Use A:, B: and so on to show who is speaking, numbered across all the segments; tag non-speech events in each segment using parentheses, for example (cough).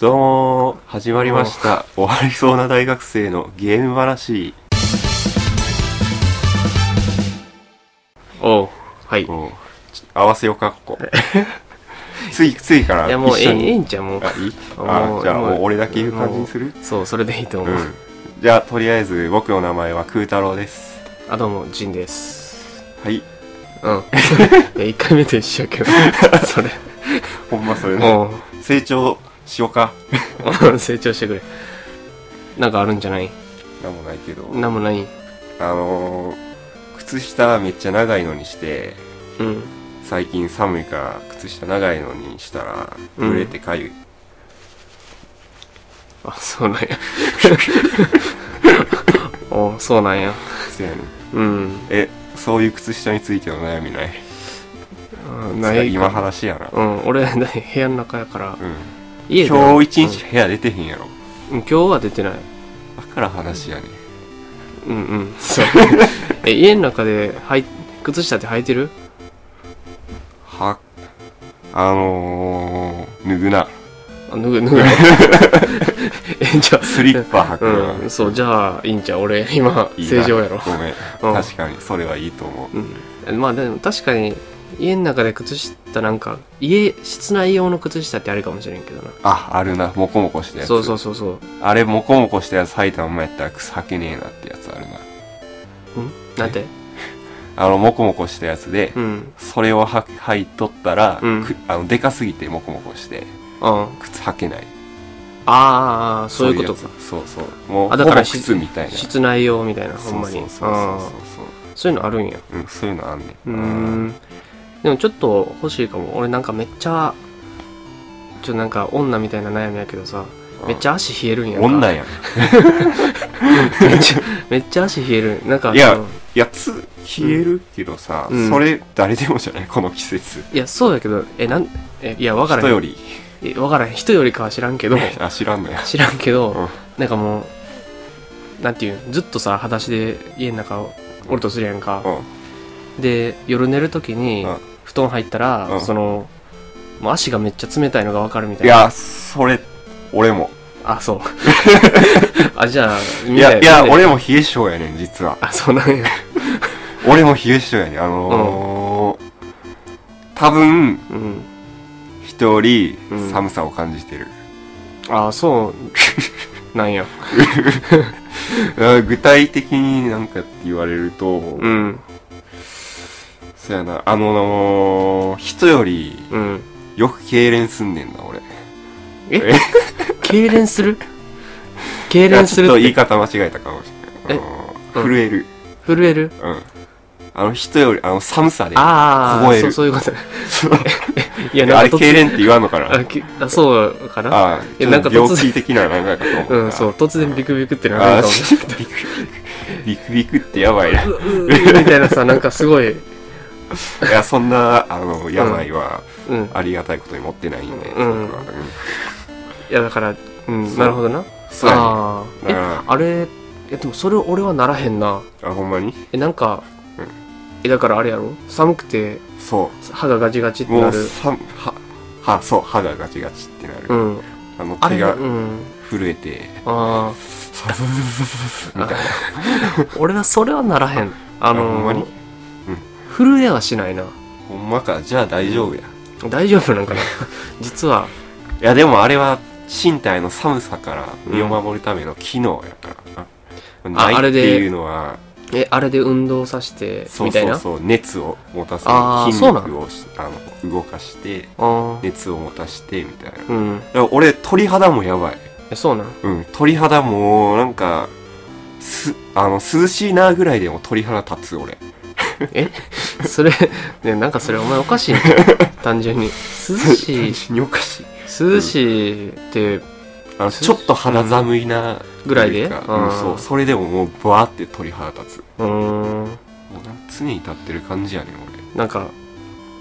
A: どうも始まりました終わりそうな大学生のゲーム話
B: おうはい
A: もうち合わせようか
B: (laughs)
A: ここついついから
B: い
A: 一
B: やもうええ
A: 緒
B: ええ
A: に
B: んちゃうもう
A: あいい
B: も
A: あ
B: う
A: じゃあも
B: も
A: う
B: う
A: 俺だけ言う感じにする
B: そうそれでいいと
A: う
B: 思う、
A: んじゃあとりあえず僕の名前は空太郎です
B: あどうもジンです
A: はい
B: うん (laughs) いや一回目と一緒やけど (laughs) それ
A: ほんまそれね
B: も
A: 成長しようか
B: う (laughs) 成長してくれなんかあるんじゃない
A: なんもないけど
B: なんもない
A: あのー靴下めっちゃ長いのにして
B: うん
A: 最近寒いから靴下長いのにしたら
B: うん
A: 濡れてかゆい、
B: あそうなんや (laughs) おうそうなんや
A: そうやねん
B: うん
A: (laughs) えそういう靴下についての悩みない
B: あない
A: 今
B: か
A: 話やな
B: うん俺だって部屋の中やから
A: うん
B: 家で
A: 今日一日部屋出てへんやろ
B: うん今日は出てない
A: だから話やねん
B: うんうん
A: (laughs)
B: そうえ家の中ではい靴下って履いてる
A: はあのー、脱ぐな
B: あ脱ぐ脱ぐ (laughs) えじゃあ
A: スリッパ履くな、
B: うんそうじゃあいいんちゃう俺今
A: いいな
B: 正常やろ
A: ごめん
B: うん
A: 確かにそれはいいと思う
B: うんまあでも確かに家の中で靴下なんか家室内用の靴下ってあるかもしれんけどな
A: ああるなモコモコしたやつ
B: そうそうそうそう
A: あれモコモコしたやつ履いたままやったら靴履けねえなってやつあるなん
B: なんて
A: あのモコモコしたやつで、
B: うん
A: それをは履いとったら、
B: うん
A: くあのでかすぎてモコモコして
B: あ
A: 靴履けない
B: あーそういうことか
A: やつそうそうもう
B: あだか
A: ほ
B: ら
A: ぼ靴みたいな
B: 室内用みたいなほ
A: そ
B: ん
A: う
B: ま
A: そう
B: に
A: そうそう
B: あーそういうのあるんや
A: そううんそういうのあんね
B: うーんでもちょっと欲しいかも俺なんかめっちゃちょっとなんか女みたいな悩みやけどさめっち
A: ゃ
B: ゃ足冷えるんやんか
A: 女やん
B: めっちゃ (laughs) めっちゃ足冷えるなんか
A: いや
B: あの
A: いやつ冷えるけどさ、
B: うん
A: それ誰でもじゃないこの季節
B: いやそうだけどえなんえいや分から
A: 人
B: へん
A: より
B: え分からへん人よりかは知ら
A: (laughs)
B: んけど
A: あ知らんのや
B: 知らんけど、
A: うん
B: なんかもうなんていうんずっとさ裸足で家の中をおるとするやん
A: う
B: か、
A: ん
B: で夜寝る時に
A: うん
B: 布団入ったら、
A: うん
B: そのもう足がめっちゃ冷たいのが分かるみたい
A: い
B: な
A: やそれ俺も
B: あ
A: (laughs)
B: そうあじゃあみん
A: い
B: な
A: やいや
B: みんな
A: 俺も冷え性やねん実は
B: あそうなんや
A: 俺も冷え性やねんあのー多分
B: うん
A: 人より
B: うん
A: 寒さを感じてる、
B: あそう (laughs) なんや
A: あ具体的になんかって言われると、
B: うん
A: そやなあのー人より
B: うん
A: よく痙攣すんねんな俺
B: え (laughs) 痙攣する痙
A: いや
B: 攣す
A: ち
B: る
A: ょっと
B: っ
A: 言い
B: て
A: 方間違えたかもしれないあのー
B: うん
A: 震える
B: 震える
A: うんあの人よりあの寒さであ
B: あ
A: 凍
B: あ
A: える
B: そう
A: (laughs)
B: そういうこといや
A: あ
B: なん
A: れ
B: か
A: 痙
B: 突然
A: 攣って言わんのかな
B: あきあそうかな
A: あ
B: い
A: ーちょ
B: やな
A: っ
B: ん
A: と
B: か突然
A: 病気的ななんかやかと思
B: うんそう突然ビクビクってなる
A: あ
B: かもし
A: ービクビクビクビクってやばいな
B: れないううう (laughs) みたいなさなんかすごい
A: いやそんなあの病は
B: うん
A: ありがたいことに持ってないんで、
B: うん
A: 僕はうん
B: いやだからうん
A: そう
B: なるほどな
A: そうやね
B: あー
A: だか
B: えあれえでもそれ俺はならへんな
A: らあほんまに
B: えなんか
A: うん
B: えだからあれやろ寒くて
A: そ
B: 歯がガチガチっ
A: う
B: て
A: も
B: な
A: う
B: る
A: さははそう歯がガチガチってなる、
B: うん
A: あの
B: あ
A: 手
B: れ
A: が
B: うん
A: 震え
B: (laughs)
A: て
B: あ
A: サラサラサラサラみたいな
B: あ俺はそれはならへんあ
A: あほん
B: の
A: まに
B: ー震えはしないな
A: ほんまかじゃあ大丈夫や
B: 大丈夫なん (laughs) かな実はい
A: やでもあれは身体の寒さから身を守るための機能やからな、
B: あ
A: な
B: あ
A: い
B: れ
A: っ
B: で
A: ていうのは
B: えあれで運動させて
A: そう
B: みたい
A: そう
B: な
A: そう熱を持たせ
B: あー
A: る筋
B: そうな
A: 肉をしあの動かして
B: ああ
A: 熱を持たしてみたいなだか
B: うん
A: ら俺鳥肌もやばい
B: えそ
A: (laughs)
B: うなん
A: うん鳥肌もうなんかすあの涼しいなぐらいでも鳥肌立つ俺
B: えそれねなんかそれお前お
A: (laughs)
B: かしいんちゃう単純に涼しい
A: 単純におかしい
B: 涼しいって
A: あのちょっと肌寒いな
B: ぐらいで
A: とう
B: あ
A: かうん
B: ー
A: そうそれでももうバーって鳥肌立つ
B: うーん
A: もうな常に立ってる感じやねん俺
B: なんか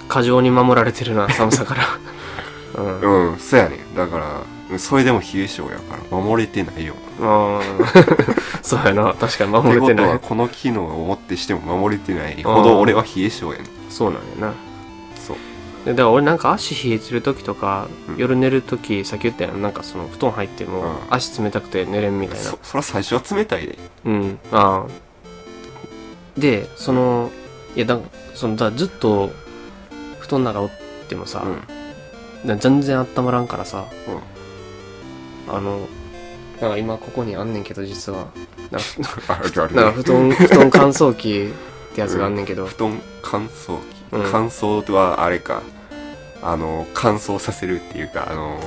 B: 過剰に守られてるな寒さから
A: (laughs)
B: うん
A: うん、そうやねん。だからうん、それでも冷え性やから、守れてないよ。
B: あー (laughs) そうやな確かに守れて
A: ってこと
B: な
A: はいこの機能を持ってしても守れてないほど俺は冷え性やねん。
B: そうなんやな
A: そう。
B: でだから俺なんか足冷えてる時とか、
A: うん
B: 夜寝る時さっき言ったやんなんかその布団入っても、
A: うん
B: 足冷たくて寝れんみたいな
A: そそら最初は冷たいで
B: うんああでそのいやだそのだからずっと布団の中おってもさ、
A: うん
B: な全然温まらんからさ、あのなんか今ここにあんねんけど実はなんか
A: あるあ
B: なんか
A: る
B: 布団布団乾燥機ってやつがあんねんけど、
A: 布団乾燥機、
B: うん
A: 乾燥はあれかあの乾燥させるっていうかあの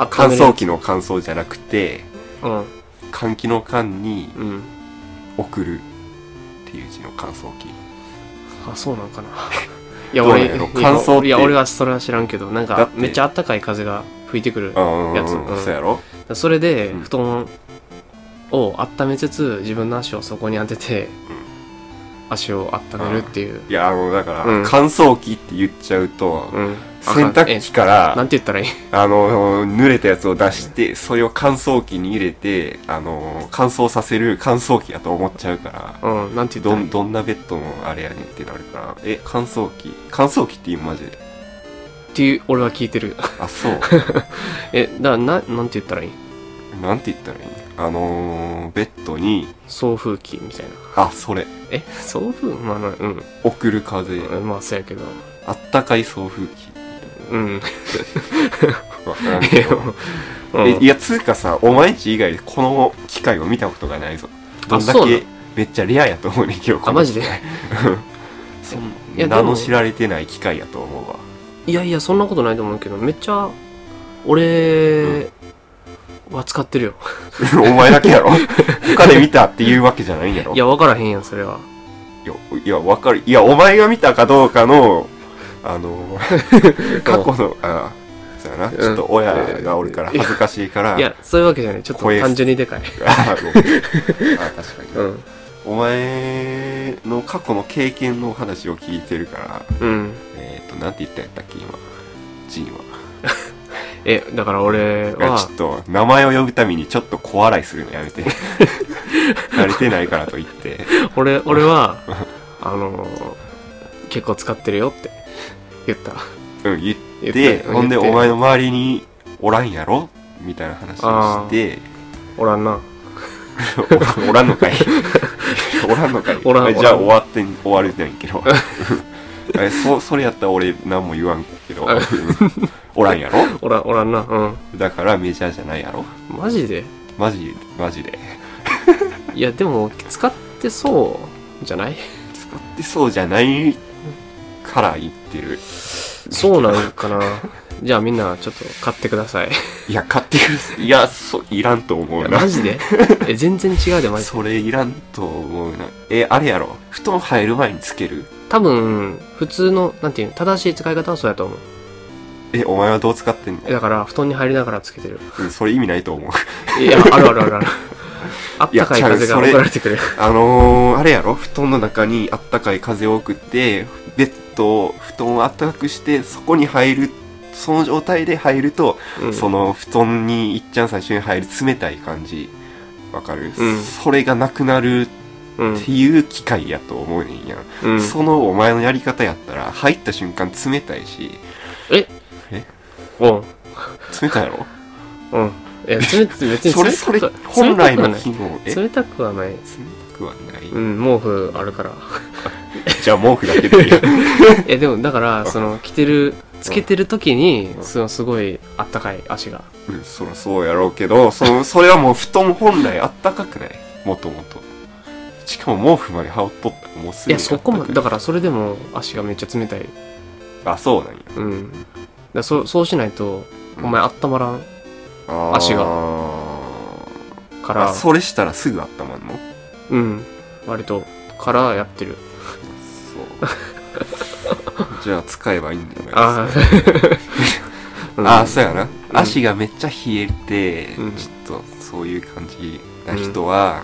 B: あ
A: 乾燥機の乾燥じゃなくて
B: うん
A: 換気の間に
B: うん
A: 送るっていう字の乾燥機
B: あそうなんかないや
A: どうなん
B: 俺
A: やろ
B: い
A: 乾燥って
B: いや俺はそれは知らんけどなん
A: だっ
B: か
A: て
B: めっちゃあったかい風が吹いてく
A: う
B: る
A: んうん
B: やつ
A: うん
B: うん
A: そうやろ
B: それで
A: うん
B: 布団を温めつつ自分の足をそこに当てて足を温めるっていう、
A: いやあのだから、
B: うん
A: 乾燥機って言っちゃうと、
B: うん、
A: 洗
B: あかん
A: 濯
B: え
A: 機から
B: なんて言ったらいい
A: あの、濡れたやつを出して、それを乾燥機に入れて、あの、乾燥させる乾燥機やと思っちゃうから、
B: うんなんて言
A: ど
B: ったらい
A: ん、
B: い
A: どんなベッドもあれやねんってなるから、え、乾燥機乾燥機って言うマジで。
B: っていう俺は聞いてる
A: あ、そう。 (laughs)
B: えだからななんて言ったらいい
A: なんて言ったらいいあのー、ベッドに、
B: 送風機みたいな
A: あ、それ、
B: え送風まあなうん、
A: 送る風、
B: うん、まあそうやけど
A: あったかい送風
B: (laughs)
A: 機。 (laughs)
B: うん
A: わからんけど。
B: うん
A: えいや、つうかさ、お前んち以外でこの機械を見たことがないぞ。どんだ
B: そうなん
A: け、めっちゃレアやと思うねん、今日。
B: あマジで
A: そん
B: いやでも
A: 名の知られてない機械やと思うわ (laughs)
B: いやいやそんなことないと思うけどめっちゃ俺は使ってるよ
A: お前だけやろ他で見たっていうわけじゃないんやろ
B: いや分からへんやんそれはい
A: やいやわかるいやお前が見たかどうかのあ
B: (laughs)
A: の過去のあそうやな、ちょっと親がおるから恥ずかしいから
B: いやそういうわけじゃないちょっと
A: 声
B: 単純にでかい
A: あごめんあ確かに、
B: (laughs) うん
A: お前の過去の経験の話を聞いてるから
B: うん
A: えっ、となんて言ったんやったっけ今ジンは
B: えだから俺
A: いやちょ
B: は
A: っと名前を呼ぶためにちょっと小笑いするのや
B: (laughs)
A: めて慣れてないからと言って
B: 俺
A: (laughs)
B: 俺はあのー結構使ってるよって言った
A: うん言っ
B: 言って
A: で、
B: うん
A: ほんで
B: 言って
A: お前の周りにおらんやろみたいな話をして、
B: おらんな
A: おおらんの
B: (laughs)
A: かいおらんのかい
B: おらん
A: えじゃあ
B: お
A: 終わってん、終わるじゃんけ
B: (laughs)
A: ど。えそそれやったら俺何も言わんけ
B: (laughs)
A: ど、おらんやろ
B: おらおらんなうん
A: だからメジャーじゃないやろ
B: マジで
A: マジ、マジで。
B: いやでも使ってそうじゃない
A: 使ってそうじゃないから言ってる。
B: そうなんか
A: (laughs)
B: なじゃあみんなちょっと買ってください
A: いや、買ってくる (laughs) いや、そ、いらんと思
B: いうや
A: な
B: マ。ジでえ全然違うでマジで
A: それいらんと思うな。え、あれやろ布団入る前につける
B: 多分普通のなんていうの正しい使い方はそうやと思う
A: え、お前はどう使ってんの
B: えだから布団に入りながらつけてる
A: うんそれ意味ないと思う。
B: いやあるあるあるあるあっ
A: いや
B: たかい風
A: ち
B: が
A: ゃうそれ
B: 送られてくる
A: (laughs) あのー、あれやろ布団の中にあったかい風を送って、ベッドを、布団をあったかくして、そこに入る、その状態で入ると、
B: うん
A: その布団にいっちゃん最初に入る冷たい感じ。わかる、
B: うん
A: それがなくなる
B: うん
A: っていう機会やと思うねんやん。
B: うん
A: そのお前のやり方やったら、入った瞬間冷たいし、
B: うん
A: 冷たいやろ
B: うん (laughs) いや冷た別に
A: それ、それ、本来の機能、え冷
B: 冷たくはない冷たくはない
A: たくはない、
B: うん毛布あるから (laughs)
A: じゃあ毛布だけでいいや。
B: いやでもだからその着てるつけてる時に
A: うん
B: そのすごいあったかい足が
A: うん、そらそうやろうけど、その、それはもう布団本来あったかくないもともと。しかも毛布まで羽織っとったらもうす
B: い
A: ぐあ
B: や
A: った
B: そ
A: か
B: こ
A: い。
B: もだからそれでも足がめっちゃ冷たい
A: あ、そうなんや。
B: うんだからそそうしないとお前温まらん
A: あー
B: 足がか
A: あ、
B: ら
A: それしたらすぐあったまんの
B: うん割とからやってる (laughs)
A: そう。じゃあ使えばいいんじゃないですか。
B: ああ、
A: あー、 (laughs) そうやな。
B: ん
A: 足がめっちゃ冷えて、
B: うん
A: ちょっとそういう感じな人は、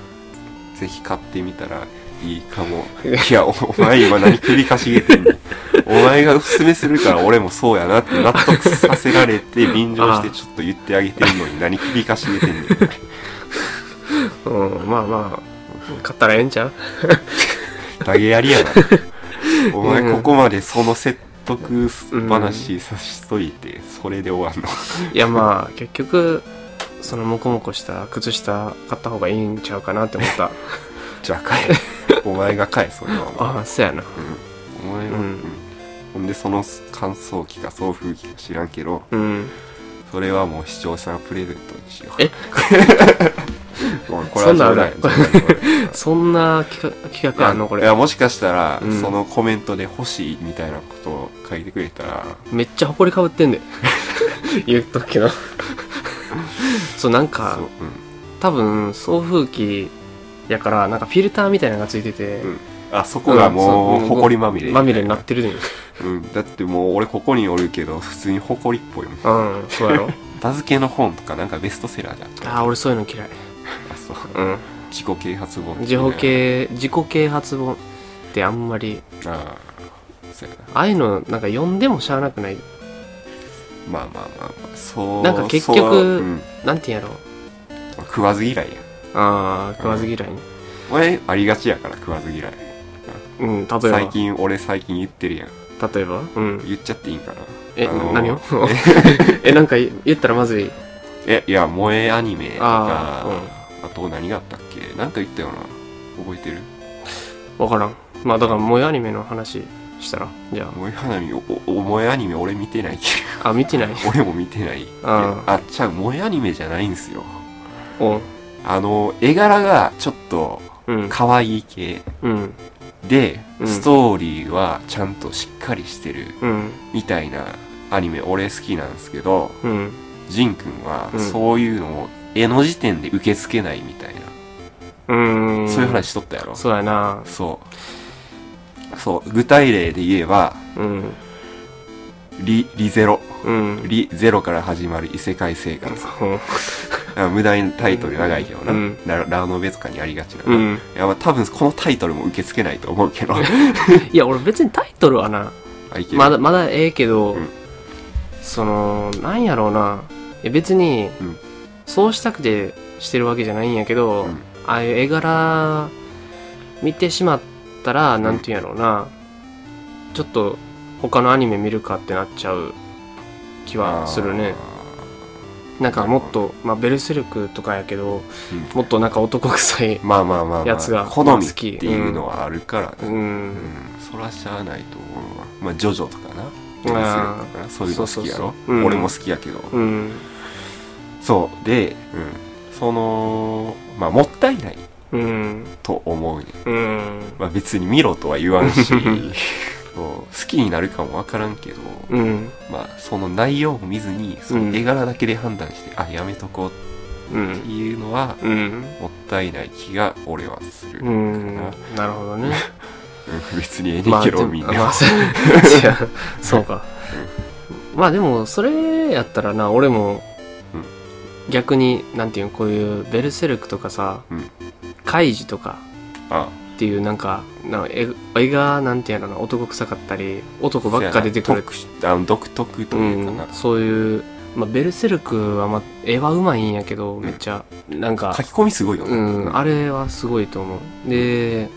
A: ぜひ買ってみたらいいかも。いや、おお前今何首かしげてんの
B: (laughs)
A: お前がおすすめするから俺もそうやなって納得させられ
B: (laughs)
A: て便乗してちょっと言ってあげてんのに何首かしげてんねん。
B: うん、まあまあ買ったらええんちゃう
A: 投げやりやな。お前ここまでそのセッ得話さしといて、それで終わんの
B: いやまあ結局そのモコモコした靴下買った方がいいんちゃうかなって思った
A: (laughs) じゃあ
B: (laughs)
A: 買えお前が買えそれは
B: ああそうやな
A: お前は、
B: うん
A: うんほんでその乾燥機か送風機か知らんけど
B: うん
A: それはもう視聴者プレゼントにしよう (laughs)
B: え
A: ごめんこれは冗談冗談
B: そん
A: これ
B: そんな企画企 (laughs) 画あんのこ
A: い
B: れ
A: やもしかしたら、
B: うん
A: そのコメントで欲しいみたいなことを書いてくれたら
B: めっちゃ埃か
A: (laughs)
B: ぶってんで言っとくけど (laughs) そうなんか
A: そう
B: 多分送風機やからなんかフィルターみたいなのがついてて、
A: うんうん、あそこがもう
B: そう
A: 埃まみれ
B: まみれになってるで
A: うん、だってもう俺ここにおるけど普通に埃っぽいもん
B: うんそうやろ
A: 片付けの本とかなんかベストセラーじゃん
B: (laughs) ああ俺そういうの嫌
A: あ
B: い
A: そう
B: うん
A: 自己啓発本
B: 自己啓自己啓発本ってあんまり
A: ああそうやな
B: ああいうのなんか読んでもしゃあなくない
A: まあまあまあ、まあ、そう
B: なんか結局
A: そううん、
B: なんて言うんやろ
A: 食わず嫌いや
B: ああ食わず嫌いね
A: 俺ありがちやから食わず嫌い
B: うん例えば
A: 最近俺最近言ってるやん
B: 例えばうん
A: 言っちゃっていいんかな
B: え、
A: あの
B: 何 (laughs) をえなんか言ったらまずい
A: えいや萌えアニメとか
B: あ
A: あ,、と何があったっけなんか言ったよな覚えてる
B: わからんまあだから萌えアニメの話したらじゃ
A: 萌え花見おお萌えアニメ俺見てないけ
B: ああ見てない
A: ど (laughs) 俺も見てない
B: あ
A: あちゃう萌えアニメじゃないんですよ
B: (laughs) おう
A: あの絵柄がちょっと
B: うん
A: 可愛い系
B: うん
A: で、
B: うん
A: ストーリーはちゃんとしっかりしてる
B: うん
A: みたいなアニメ俺好きなんですけど
B: うん
A: ジンくんは
B: うん
A: そういうのを絵の時点で受け付けないみたいな、
B: うーん
A: そういう話しとったやろ
B: そうやな
A: そうそう具体例で言えば
B: うん
A: リリゼロ (laughs)
B: うん
A: リゼロから始まる異世界生活
B: うん
A: あ無駄にタイトル長いけどな、
B: うん
A: ララノベとかにありがちな、
B: うん
A: いやまあ多分このタイトルも受け付けないと思うけど
B: いや俺別にタイトルはな
A: あいける
B: まだまだええけど、
A: うん
B: そのなんやろうないや別に、
A: うん
B: そうしたくてしてるわけじゃないんやけど、
A: うん
B: ああいう絵柄見てしまったらなんていうんやろうな、ちょっと他のアニメ見るかってなっちゃう気はするねなんかもっと、まあ、ベルセルクとかやけど、
A: うん
B: もっとなんか男臭い
A: まあまあまあ、ま
B: や
A: あ
B: つが、
A: 好み
B: 好
A: っ
B: き
A: ていうのはあるから、
B: う
A: うん
B: ん、
A: そらしゃあないと思うわまあジョジョとかな
B: うん
A: ベルセルクとかなそういうの好きや
B: そ
A: ろ
B: うそうそううん
A: 俺も好きやけど、
B: うん
A: そうで、うんそのまあもったいない
B: うん
A: と思うね、
B: うん
A: まあ、別に見ろとは言わんし
B: (laughs)
A: そう
B: うん
A: 好きになるかもわからんけど、
B: うん
A: まあ、その内容も見ずにその絵柄だけで判断して、あやめとこう
B: う
A: って
B: ん
A: いうのは
B: うん
A: もったいない気が俺はする、
B: う
A: うん
B: んなるほどね
A: (laughs) 別にええねんけ
B: で
A: ど
B: も
A: みん
B: あ (laughs) ま
A: な
B: あそう違うそうかまあでもそれやったらな俺も
A: うん
B: 逆になんていうんこういうベルセルクとかさ、
A: うん
B: カイジとか
A: あ
B: っていうなんかな絵絵がなんていうのかな男臭かったり男ばっか出てくる
A: そうやな独あの独特と
B: う
A: いうか
B: ん
A: な、、
B: そういう、まあ、ベルセルクは、まあ、絵はうまいんやけ
A: ん
B: どめっちゃ、なんか
A: 書き込みすごいよな、
B: うん、
A: あ
B: あれはすごいと思うで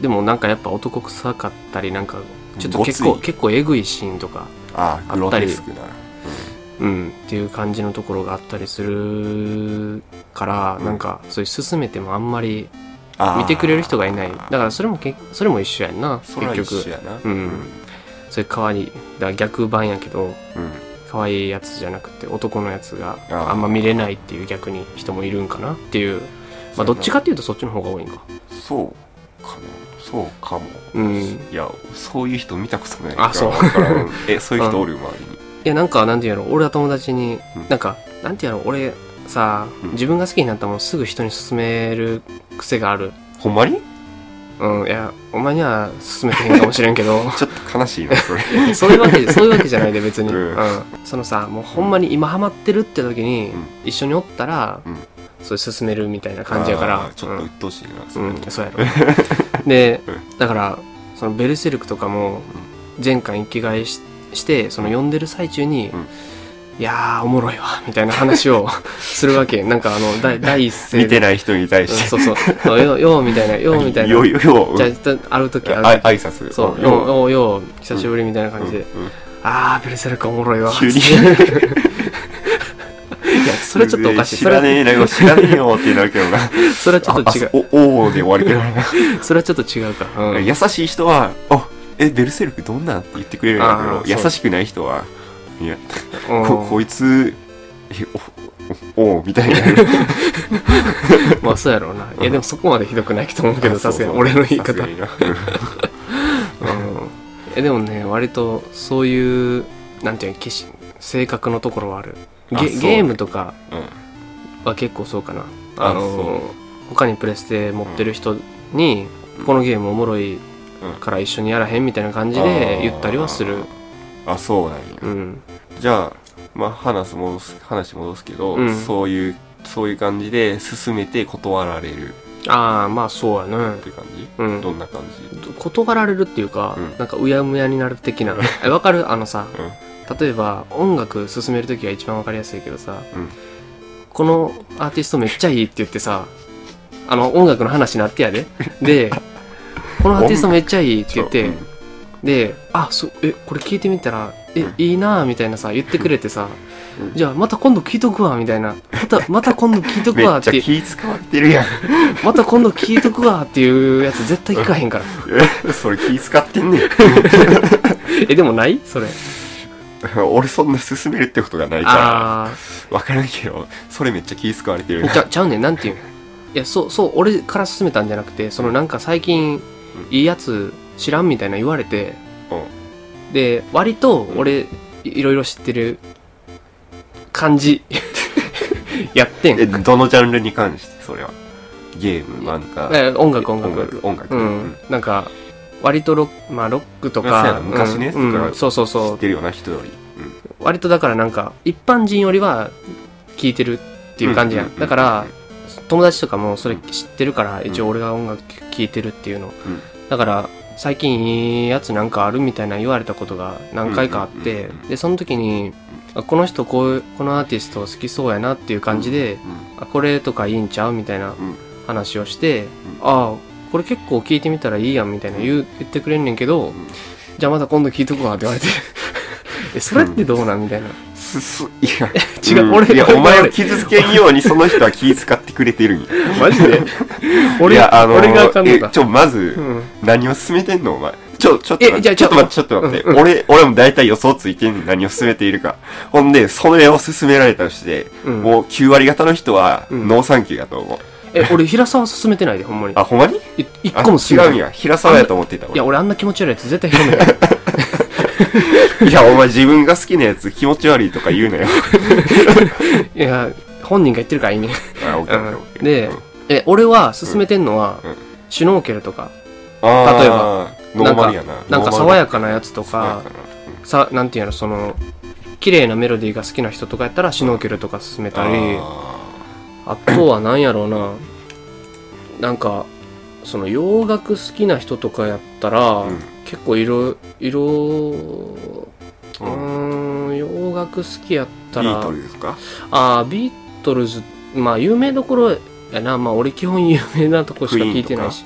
B: でもなんかやっぱ男臭かったりなんかちょっと結
A: ごつ
B: 構
A: い
B: 結構えぐいシーンとか、
A: あグロテスクな
B: うん、っていう感じのところがあったりするから、
A: うん
B: なんかそういう進めてもあんまり
A: あー
B: 見てくれる人がいないだからそれもけそれも一緒やんな結
A: そら一緒
B: 局
A: やな
B: うんそれ可愛いだから逆版やけど
A: うん
B: 可愛いやつじゃなくて男のやつが
A: あー
B: あんま見れないっていう逆に人もいるんかなっていうまあどっちかっていうとそっちの方が多いんか
A: そうかなそうかも、
B: うん
A: いやそういう人見たことない
B: あそう
A: だからうん
B: (laughs)
A: えそういう人おる周りに
B: いやなんかなんていうの俺は友達に、
A: うん
B: なんかなんていうの俺さ、
A: うん
B: 自分が好きになったものすぐ人に勧める癖がある
A: ほんまに
B: うんいやお前には勧めてへんかもしれんけ
A: (laughs)
B: ど
A: ちょっと悲しいなそれ
B: そういうわけそういうわけじゃないで別に、
A: う
B: うんんそのさもうほんまに今ハマってるって時に、
A: うん
B: 一緒におったら、
A: うん
B: そう勧めるみたいな (laughs) 感じやか
A: あ
B: ら
A: ーちょっと鬱陶しいな、
B: うん、
A: れ
B: うん、
A: (laughs)
B: そうやろで
A: うん
B: だからそのベルセルクとかも前回生きがいししてその読んでる最中に、
A: うん
B: いやーおもろいわみたいな
A: (laughs)
B: 話をするわけなんかあの第第一声
A: 見て
B: い
A: ない人に対して、
B: そうそうそうよようみたい
A: (laughs)
B: なようみたいな
A: よよよ
B: じゃあ一旦ある時あ
A: あ
B: る
A: 挨拶
B: 時そうよ
A: よ
B: うようよう久しぶりみたいな感じで、
A: うんうん
B: あーベルセルクおも (laughs) ろいわ
A: 急に
B: いやそれちょっとおかしい
A: 知
B: それ
A: らねえなよ知らねえよってなるけどな
B: それ (laughs) はちょっと違
A: ああおおーで終わるけどな
B: うそれはちょっと違うか、うん、
A: 優しい人は「あえベルセルクどんなん?」って言ってくれるんだ
B: あ
A: け
B: ー
A: ど
B: そう
A: 優しくない人は「いや
B: うん
A: ここいつえおおおみたいになる
B: まあそうやろうないうや
A: ん
B: でもそこまでひどくないと思うけど
A: あそ
B: (laughs) さ
A: う
B: すがに
A: そう
B: 俺の言い
A: さす
B: 方
A: が
B: うん
A: にな
B: えでもね割とそういうなんていうの決心性格のところはある
A: あそ
B: ゲ
A: う
B: ゲームとか
A: うん
B: は結構そうかな
A: あ
B: あの他にプレステ持ってる人に、
A: うん
B: このゲームおもろいから一緒にやらへんみたいな感じで言ったりはする
A: あそうなんや
B: うん
A: じゃあまあ話戻す話戻すけど、
B: うん
A: そういうそういう感じで進めて断られる
B: ああまあそうやね
A: って感じ、
B: うん
A: どんな感じ
B: 断られるっていうか、
A: うん
B: なんかうやむやになる的なえわかるあのさ
A: うん
B: 例えば音楽進める時が一番わかりやすいけどさ、
A: うん
B: このアーティストめっちゃいいって言ってさあの音楽の話になってやで
A: (laughs)
B: でこのアーティストめっちゃいいって言って、
A: うん
B: で「あそえこれ聞いてみたらえ
A: うん
B: いいな」みたいなさ言ってくれてさ
A: うん
B: 「じゃあまた今度聞いとくわ」みたいな「ま
A: (laughs)
B: たまた今度聞いとく
A: め
B: わ」
A: っ
B: っ
A: ちゃ
B: て
A: 気使ってるやん
B: 「また今度聞いとくわ」っていうやつ絶対聞かへんから
A: え (laughs) それ気使ってんねん (laughs)
B: えでもないそれ
A: 俺そんな進めるってことがないか
B: ああ
A: らわからんけどそれめっちゃ気使われてる
B: ちゃちゃうねんなんていうんいやそうそう俺から勧めたんじゃなくてそのなんか最近いいやつ知らんみたいな言われて、で割と俺、いいろいろ知ってる
A: (laughs)
B: 感じやって
A: え
B: ん
A: どのジャンルに関してそれはゲーム漫画
B: え音楽音楽
A: 音楽、
B: う
A: うん
B: ん、なんか割とロック,、まあ、ロックと
A: まあそうや
B: か、
A: な昔ね
B: う
A: そ
B: ん
A: っから
B: うんそうそう
A: 知
B: そ
A: っ
B: う
A: てるような人より、
B: 割とだからなんか一般人よりは聞いてるっていう感じやん,、
A: うんうんうんうん
B: だから友達とかもそれ知ってるから、一応俺が音楽聴いてるっていうの、
A: ん
B: だから最近いいやつなんかあるみたいな言われたことが何回かあって、
A: うんうんうんうん
B: でその時にあこの人こういうこのアーティスト好きそうやなっていう感じで、あこれとかいいんちゃうみたいな
A: うんうん
B: 話をして、ああこれ結構聞いてみたらいいやんみたいな言う言ってくれんねんけど、
A: ん
B: じゃあまた今度聞いとくわって
A: (laughs)
B: 言われてえそれってどうなんみたいな
A: すすいや
B: (laughs) 違う俺
A: いや
B: 俺
A: お前を傷つけんようにその人は気使ってくれてるんや
B: マジで (laughs) 俺
A: いやあの
B: 俺があかんの
A: え
B: か
A: ちょまず、
B: うん
A: 何を進めてんのお前ちょちょっと待
B: え
A: っ
B: じ
A: て
B: ゃあ
A: ちょっと待ってちょっと待って、
B: うんうん
A: 俺俺も大体予想ついてんねん何を進めているかほんでそれを進められたとして、
B: うん
A: もう9割方の人は、
B: うん
A: ノーサンキューやと思う
B: え俺平沢勧めてないでほんまに
A: あほんまに
B: い一
A: あ
B: 個も勧
A: 違
B: めて
A: うん
B: ない
A: や平沢やと思ってた
B: い
A: 俺
B: や俺あんな気持ち悪いやつ絶対広
A: (laughs)
B: めない
A: いやお前自分が好きなやつ気持ち悪いとか言うな
B: (laughs)
A: よ
B: いや本人が言ってるからいいね
A: あオッケーオッケーオッケー
B: で
A: うん
B: え俺は勧めてんのは、
A: うんうん
B: シュノーケルとか
A: あー
B: 例えば
A: ノーマルやな
B: なん
A: ノー
B: か爽
A: マル
B: やかなやつと
A: 爽や
B: か
A: かな
B: さなんていうのその綺麗なメロディーが好きな人とかやったらシュノーケルとか勧めたり、
A: あ
B: あとは何やろうななんかその洋楽好きな人とかやったら、
A: ー
B: 結構色色う
A: うんうん
B: ーん洋楽好きやった
A: ビー
B: ら
A: トルズか
B: あービートルズまあ有名どころやなまあ俺基本有名なとこしか聞いてないし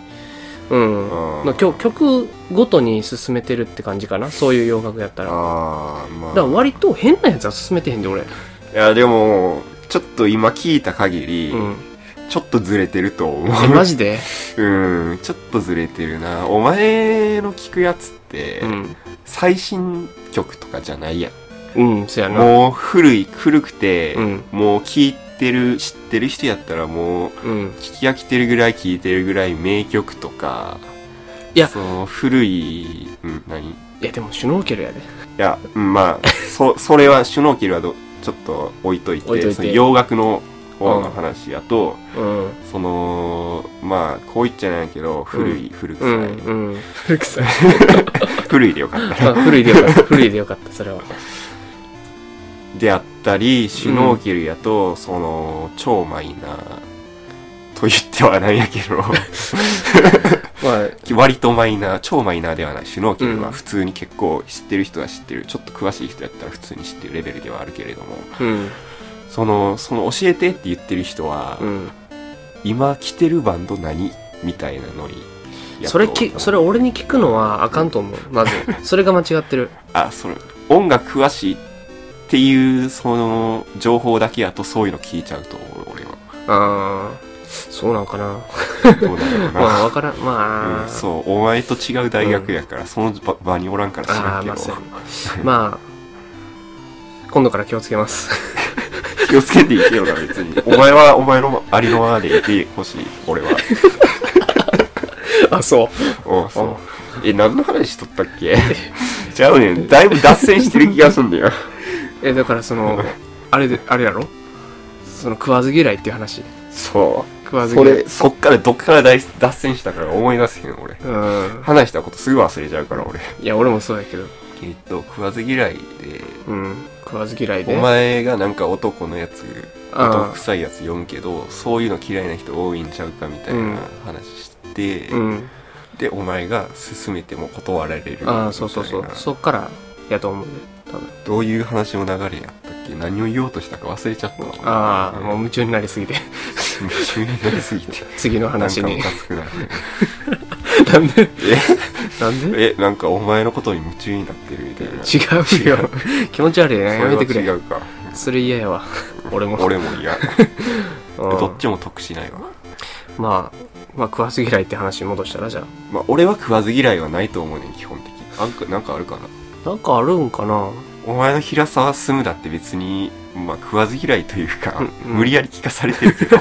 B: うん
A: あ
B: の曲曲ごとに進めてるって感じかなそういう洋楽やったらだか
A: ああまあ
B: ら割と変なやつは進めてへんで俺
A: いやでもちょっと今聞いた限り、
B: うん
A: ちょっとずれてると思
B: えマジで
A: う (laughs) うんちょっとずれてるなお前の聞くやつって、
B: うん
A: 最新曲とかじゃないやん
B: うんそやな
A: もう古い古くて、
B: うん
A: もう聞いてる知ってる人やったらもう
B: うん
A: 聞き飽きてるぐらい聞いてるぐらい名曲とか
B: いや
A: その古い、うん、何い
B: いやでもシュノーケルやで
A: や、うんまあ (laughs) そそれはシュノーケルはどちょっと置いといて
B: 置いといて
A: その洋楽の方の話やと、
B: うん
A: そのまあこう言っちゃないけど古い、古
B: う
A: 臭い、
B: んうん古臭い
A: 古いでよかったら
B: (laughs) あ古いでよかった古いでよかったそれは
A: であったりシュノーケルやと、その超マイナートと言ってはなんやけど
B: まあ、
A: 割とマイナー超マイナーではないシュノーケル
B: う
A: は
B: ん
A: 普通に結構知ってる人は知ってるちょっと詳しい人やったら普通に知ってるレベルではあるけれども
B: うん、
A: そのその教えてって言ってる人は、
B: うん。
A: 今着てるバンド何みたいなのにやっと
B: それき、それ俺に聞くのはあかんと思う。まず。それが間違ってる。
A: あそれ音楽詳しいっていうその情報だけやとそういうの聞いちゃうと思う俺は
B: ああ、そうなんかな。
A: どうだろうな
B: (laughs) まあ、わからん。まあ、
A: うん、そうお前と違う大学やから、その場場におらんから知らん
B: あー
A: け
B: まあ、
A: ど
B: そう、 (laughs) やまあ、今度から気をつけます。
A: 気をつけていけよな別にお前はお前のありのままでいてほしい俺は
B: あ、そう。
A: おそうえ何の話しとったっけちゃうねんだいぶ脱線してる気がすんだよ
B: え、だからその、あれで、あれやろその食わず嫌いっていう話。
A: そ
B: 食わ
A: う
B: ず
A: そ
B: 嫌い。
A: れそっからどっから脱脱線したから思い出せへん俺
B: うん。
A: 話したことすぐ忘れちゃうから俺
B: いや、俺もそうやけど。
A: えっと食わず嫌い
B: うん。食わず嫌い
A: で
B: で。
A: お前がなんか男のやつ
B: あー
A: 男臭いやつ読むけどそういうの嫌いな人多いんちゃうかみたい
B: うん
A: な話して、
B: うん。
A: でお前が勧めても断られるみたいな
B: ああ、そうそうそう。そっからやと思うね。多分。
A: どういう話の流れやったっけ何を言おうとしたか忘れちゃった
B: ああ、もう
A: う
B: 夢中になりすぎて。
A: 夢中になりすぎて
B: 次の話
A: な
B: に
A: ん。かムカつくなる
B: なんでなん
A: え
B: で
A: なんかお前のことに夢中になってるみたいな
B: 違うよ。気持ち悪いな。
A: そ
B: やめてく
A: れは
B: れ。
A: 違うか
B: それ嫌やわ。俺も。
A: 俺も嫌
B: うん
A: どっちも得しないわ
B: まあ、まあ、食わず嫌いって話に戻したら、じゃあ。
A: まあ俺は食わず嫌いはないと思うねん基本的にあんかなんかあるかな
B: なんかあるんかな
A: お前の平沢住むだって別に、まあ、食わず嫌いというか、
B: うんうん
A: 無理やり聞かされてるけど